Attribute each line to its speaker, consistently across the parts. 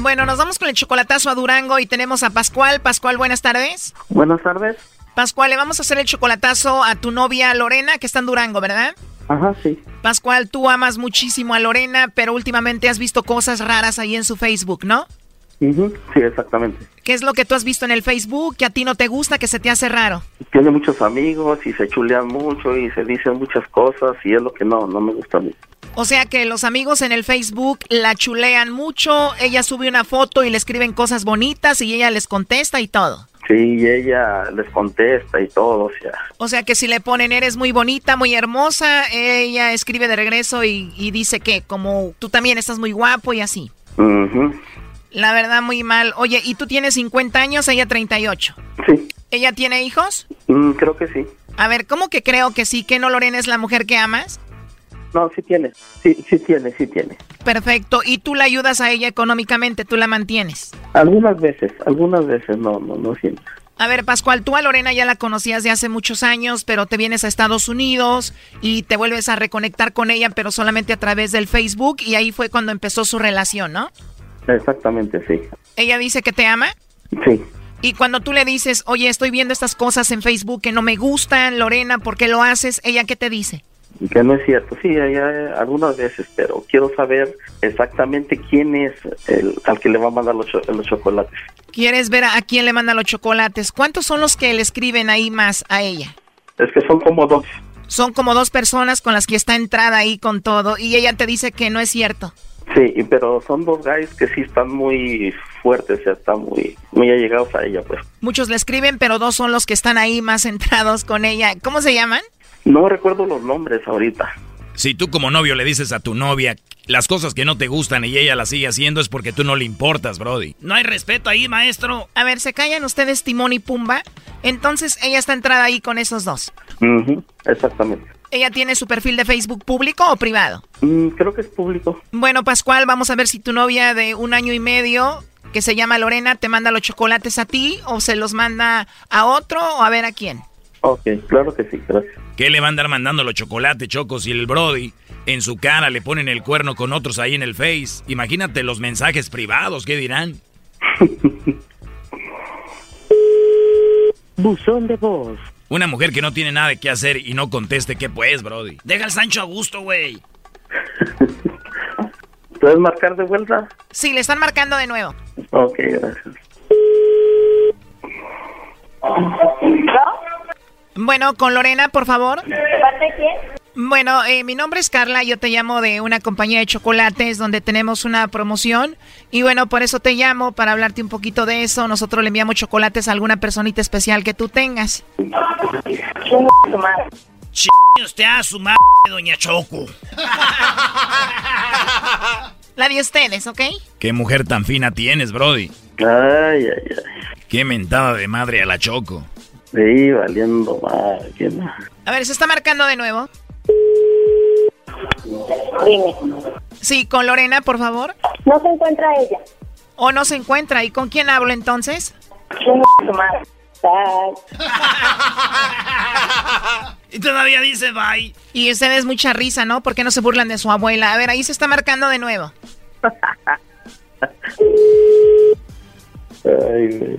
Speaker 1: Bueno, nos vamos con el chocolatazo a Durango y tenemos a Pascual. Pascual, buenas tardes.
Speaker 2: Buenas tardes.
Speaker 1: Pascual, le vamos a hacer el chocolatazo a tu novia Lorena, que está en Durango, ¿verdad?
Speaker 2: Ajá, sí.
Speaker 1: Pascual, tú amas muchísimo a Lorena, pero últimamente has visto cosas raras ahí en su Facebook, ¿no?
Speaker 2: Ujú, Sí, exactamente.
Speaker 1: ¿Qué es lo que tú has visto en el Facebook que a ti no te gusta, que se te hace raro?
Speaker 2: Tiene muchos amigos y se chulean mucho y se dicen muchas cosas y es lo que no, no me gusta a mí.
Speaker 1: O sea que los amigos en el Facebook la chulean mucho, ella sube una foto y le escriben cosas bonitas y ella les contesta y todo.
Speaker 2: Sí, y ella les contesta y todo, o sea.
Speaker 1: O sea que si le ponen eres muy bonita, muy hermosa, ella escribe de regreso y, y dice que como tú también estás muy guapo y así.
Speaker 2: ujú,
Speaker 1: La verdad muy mal. Oye, ¿y tú tienes 50 años, ella 38?
Speaker 2: Sí,
Speaker 1: ¿Ella tiene hijos?
Speaker 2: mm, creo que sí.
Speaker 1: A ver, ¿cómo que creo que sí? ¿Que no Lorena es la mujer que amas?
Speaker 2: No, sí tiene, sí, sí tiene, sí tiene.
Speaker 1: Perfecto. ¿Y tú la ayudas a ella económicamente? ¿Tú la mantienes?
Speaker 2: Algunas veces, algunas veces, no, no, no siempre.
Speaker 1: A ver, Pascual, tú a Lorena ya la conocías de hace muchos años, pero te vienes a Estados Unidos y te vuelves a reconectar con ella, pero solamente a través del Facebook y ahí fue cuando empezó su relación, ¿no?
Speaker 2: Exactamente, sí.
Speaker 1: Ella dice que te ama
Speaker 2: Sí.
Speaker 1: y cuando tú le dices, oye, estoy viendo estas cosas en Facebook que no me gustan, Lorena, ¿por qué lo haces? ¿Ella qué te dice?
Speaker 2: Que no es cierto, sí, hay- hay algunas veces, pero quiero saber exactamente quién es el al que le va a mandar los, cho- los chocolates.
Speaker 1: ¿Quieres ver a, a quién le manda los chocolates? ¿Cuántos son los que le escriben ahí más a ella?
Speaker 2: Es que son como dos.
Speaker 1: Son como dos personas con las que está entrada ahí con todo y ella te dice que no es cierto.
Speaker 2: Sí, y- pero son dos guys que sí están muy fuertes, o sea, están muy, muy allegados a ella, pues.
Speaker 1: Muchos le escriben, pero dos son los que están ahí más centrados con ella. ¿Cómo se llaman?
Speaker 2: No recuerdo los nombres ahorita.
Speaker 3: Si tú como novio le dices a tu novia las cosas que no te gustan y ella las sigue haciendo es porque tú no le importas, Brody. No hay respeto ahí, maestro.
Speaker 1: A ver, ¿se callan ustedes Timón y Pumba? Entonces ella está entrada ahí con esos dos.
Speaker 2: Ujú, exactamente.
Speaker 1: ¿Ella tiene su perfil de Facebook público o privado?
Speaker 2: Mm, creo que es público.
Speaker 1: Bueno, Pascual, vamos a ver si tu novia de un año y medio, que se llama Lorena, te manda los chocolates a ti o se los manda a otro o a ver a quién.
Speaker 2: Ok, claro que sí, gracias.
Speaker 3: ¿Qué le va a andar mandando los chocolates, chocos? Y el Brody en su cara le ponen el cuerno con otros ahí en el Face. Imagínate los mensajes privados, ¿qué dirán?
Speaker 4: Buzón de voz.
Speaker 3: Una mujer que no tiene nada que hacer y no conteste, ¿qué pues, Brody? Deja al Sancho a gusto, güey.
Speaker 2: ¿Puedes marcar de vuelta?
Speaker 1: Sí, le están marcando de nuevo.
Speaker 2: Ok, gracias.
Speaker 1: Bueno, con Lorena, por favor.
Speaker 5: ¿Parte quién?
Speaker 1: Bueno, eh, mi nombre es Carla, yo te llamo de una compañía de chocolates donde tenemos una promoción y bueno, por eso te llamo para hablarte un poquito de eso. Nosotros le enviamos chocolates a alguna personita especial que tú tengas.
Speaker 5: Chingo tu madre.
Speaker 3: Usted a su madre, doña Choco.
Speaker 1: La de ustedes, ¿ok?
Speaker 3: ¿Qué mujer tan fina tienes, Brody?
Speaker 2: Ay, ay, ay.
Speaker 3: ¿Qué mentada de madre a la Choco?
Speaker 2: Sí, valiendo más. bien.
Speaker 1: A ver, se está marcando de nuevo.
Speaker 5: Dime.
Speaker 1: Sí, con Lorena, por favor.
Speaker 5: No se encuentra ella.
Speaker 1: ¿O no se encuentra? ¿Y con quién hablo entonces?
Speaker 5: Chingo tu madre. Bye.
Speaker 3: Y todavía dice bye.
Speaker 1: Y ustedes mucha risa, ¿no? ¿Por qué no se burlan de su abuela? A ver, ahí se está marcando de nuevo.
Speaker 2: Ay, güey.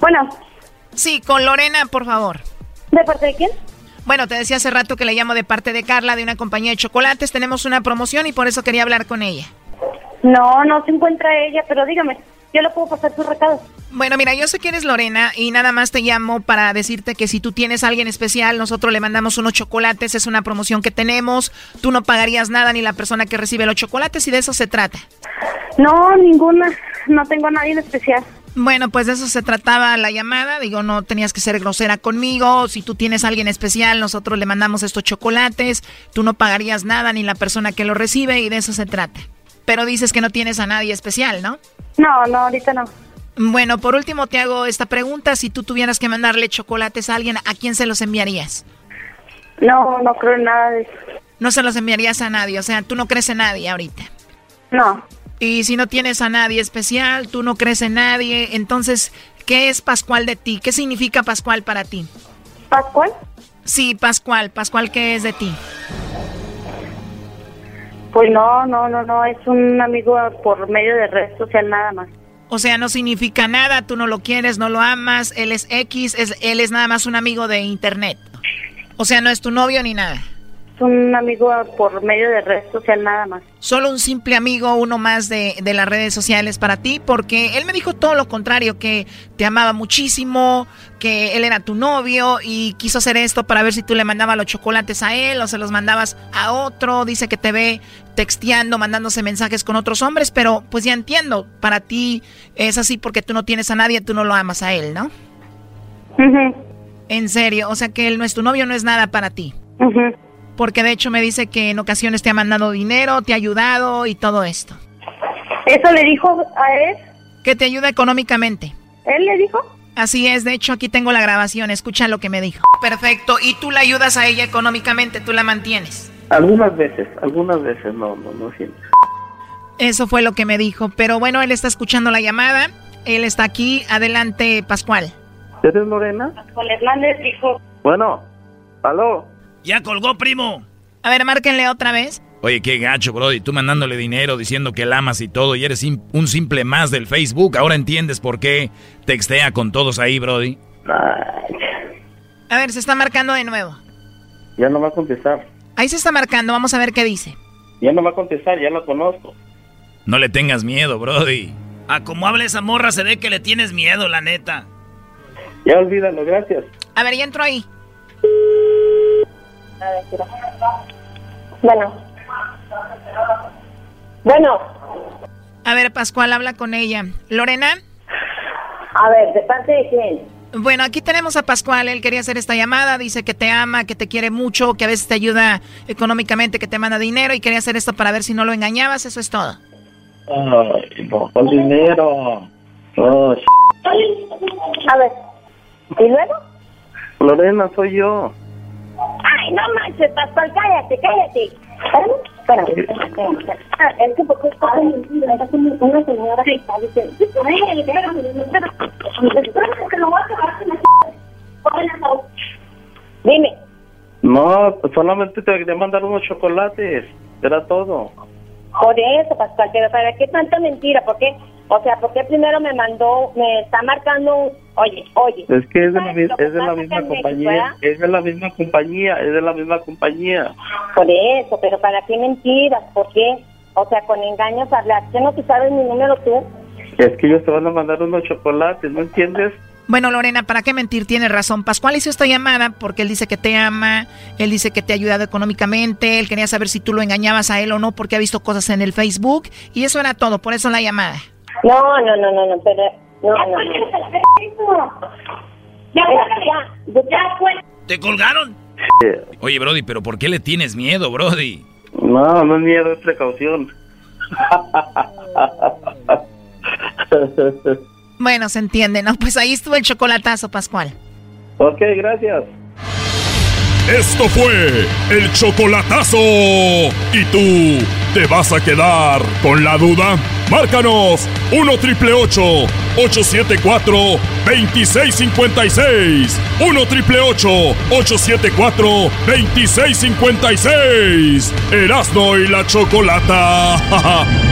Speaker 5: Bueno,
Speaker 1: Sí, con Lorena, por favor.
Speaker 5: ¿de parte de quién?
Speaker 1: Bueno, te decía hace rato que le llamo de parte de Carla de una compañía de chocolates. Tenemos una promoción y por eso quería hablar con ella.
Speaker 5: No, no se encuentra ella, pero dígame, yo le puedo pasar sus recados.
Speaker 1: Bueno, mira, yo sé que eres Lorena y nada más te llamo para decirte que si tú tienes a alguien especial, nosotros le mandamos unos chocolates, es una promoción que tenemos, tú no pagarías nada ni la persona que recibe los chocolates y de eso se trata.
Speaker 5: No, ninguna. No tengo a nadie en especial.
Speaker 1: Bueno, pues de eso se trataba la llamada. Digo, no tenías que ser grosera conmigo. Si tú tienes a alguien especial, nosotros le mandamos estos chocolates. Tú no pagarías nada ni la persona que lo recibe y de eso se trata. Pero dices que no tienes a nadie especial, ¿no?
Speaker 5: No, no, ahorita no.
Speaker 1: Bueno, por último te hago esta pregunta. Si tú tuvieras que mandarle chocolates a alguien, ¿a quién se los enviarías?
Speaker 5: No, no creo en nada de eso.
Speaker 1: No se los enviarías a nadie. O sea, tú no crees en nadie ahorita.
Speaker 5: No.
Speaker 1: Y si no tienes a nadie especial, tú no crees en nadie, entonces, ¿qué es Pascual de ti? ¿Qué significa Pascual para ti?
Speaker 5: ¿Pascual?
Speaker 1: Sí, Pascual. Pascual, ¿qué es de ti?
Speaker 5: Pues no, no, no, no. Es un amigo por medio de red social nada más.
Speaker 1: O sea, no significa nada, tú no lo quieres, no lo amas, él es X, es, él es nada más un amigo de internet. O sea, no es tu novio ni nada
Speaker 5: un amigo por medio de redes sociales nada más.
Speaker 1: Solo un simple amigo, uno más de, de, las redes sociales para ti, porque él me dijo todo lo contrario, que te amaba muchísimo, que él era tu novio y quiso hacer esto para ver si tú le mandabas los chocolates a él o se los mandabas a otro. Dice que te ve texteando, mandándose mensajes con otros hombres, pero pues ya entiendo, para ti es así porque tú no tienes a nadie, tú no lo amas a él, ¿no?
Speaker 5: Uh -huh.
Speaker 1: En serio, o sea que él no es tu novio, no es nada para ti.
Speaker 5: Uh -huh
Speaker 1: porque de hecho me dice que en ocasiones te ha mandado dinero, te ha ayudado y todo esto.
Speaker 5: ¿Eso le dijo a él?
Speaker 1: Que te ayuda económicamente.
Speaker 5: ¿Él le dijo?
Speaker 1: Así es, de hecho aquí tengo la grabación, escucha lo que me dijo. Perfecto, y tú la ayudas a ella económicamente, tú la mantienes.
Speaker 2: Algunas veces, algunas veces, no, no, no siempre.
Speaker 1: Eso fue lo que me dijo, pero bueno, él está escuchando la llamada, él está aquí, adelante Pascual.
Speaker 2: ¿Eres Lorena?
Speaker 5: Pascual Hernández dijo.
Speaker 2: Bueno, aló.
Speaker 3: Ya colgó, primo.
Speaker 1: A ver, márquenle otra vez.
Speaker 3: Oye, qué gacho, Brody. Tú mandándole dinero, diciendo que la amas y todo, y eres un simple más del Facebook. Ahora entiendes por qué textea con todos ahí, Brody.
Speaker 2: Ay.
Speaker 1: A ver, se está marcando de nuevo.
Speaker 2: Ya no va a contestar.
Speaker 1: Ahí se está marcando, vamos a ver qué dice.
Speaker 2: Ya no va a contestar, ya lo conozco.
Speaker 3: No le tengas miedo, Brody. A Ah, como habla esa morra se ve que le tienes miedo, la neta.
Speaker 2: Ya olvídalo, gracias.
Speaker 1: A ver, ya entró ahí.
Speaker 5: Bueno. Bueno.
Speaker 1: A ver, Pascual, habla con ella. Lorena.
Speaker 5: A ver, ¿de parte de quién?
Speaker 1: Bueno, aquí tenemos a Pascual, él quería hacer esta llamada, dice que te ama, que te quiere mucho, que a veces te ayuda económicamente, que te manda dinero y quería hacer esto para ver si no lo engañabas, eso es todo.
Speaker 2: Ay, no, con dinero. Oh,
Speaker 5: a ver, ¿y luego?
Speaker 2: Lorena, soy yo.
Speaker 5: Ay, no manches, Pascual, cállate, cállate. Espérame, espérame. Ah, es que porque está una señora que está diciendo... Ay, espérame, espérame, que lo voy a acabar con la Dime.
Speaker 2: No, solamente te quería mandar unos chocolates. Era todo.
Speaker 5: Por eso, Pascual, pero ¿para qué tanta mentira? ¿Por qué? O sea, ¿por qué primero me mandó, me está marcando Oye, oye.
Speaker 2: Es que es de la, es de la misma compañía. es de la misma compañía, es de la misma compañía.
Speaker 5: Por eso, pero ¿para qué mentiras? ¿Por qué? O sea, con engaños hablar. ¿Qué no te sabes mi número tú?
Speaker 2: Es que ellos te van a mandar unos chocolates, ¿no entiendes?
Speaker 1: Bueno, Lorena, ¿para qué mentir? Tienes razón. Pascual hizo esta llamada porque él dice que te ama, él dice que te ha ayudado económicamente, él quería saber si tú lo engañabas a él o no porque ha visto cosas en el Facebook y eso era todo, por eso la llamada.
Speaker 5: No, no, no, no, no, pero no, no, no. Ya, ya, ya,
Speaker 3: ¿Te colgaron? Oye, Brody, pero ¿por qué le tienes miedo, Brody?
Speaker 2: No, no es miedo, es precaución.
Speaker 1: bueno, se entiende, ¿no? Pues ahí estuvo el chocolatazo, Pascual.
Speaker 2: Ok, gracias.
Speaker 6: Esto fue el chocolatazo. ¿Y tú te vas a quedar con la duda? Márcanos 1 triple 874 2656. 1 triple 874 2656. Erasno y la chocolata.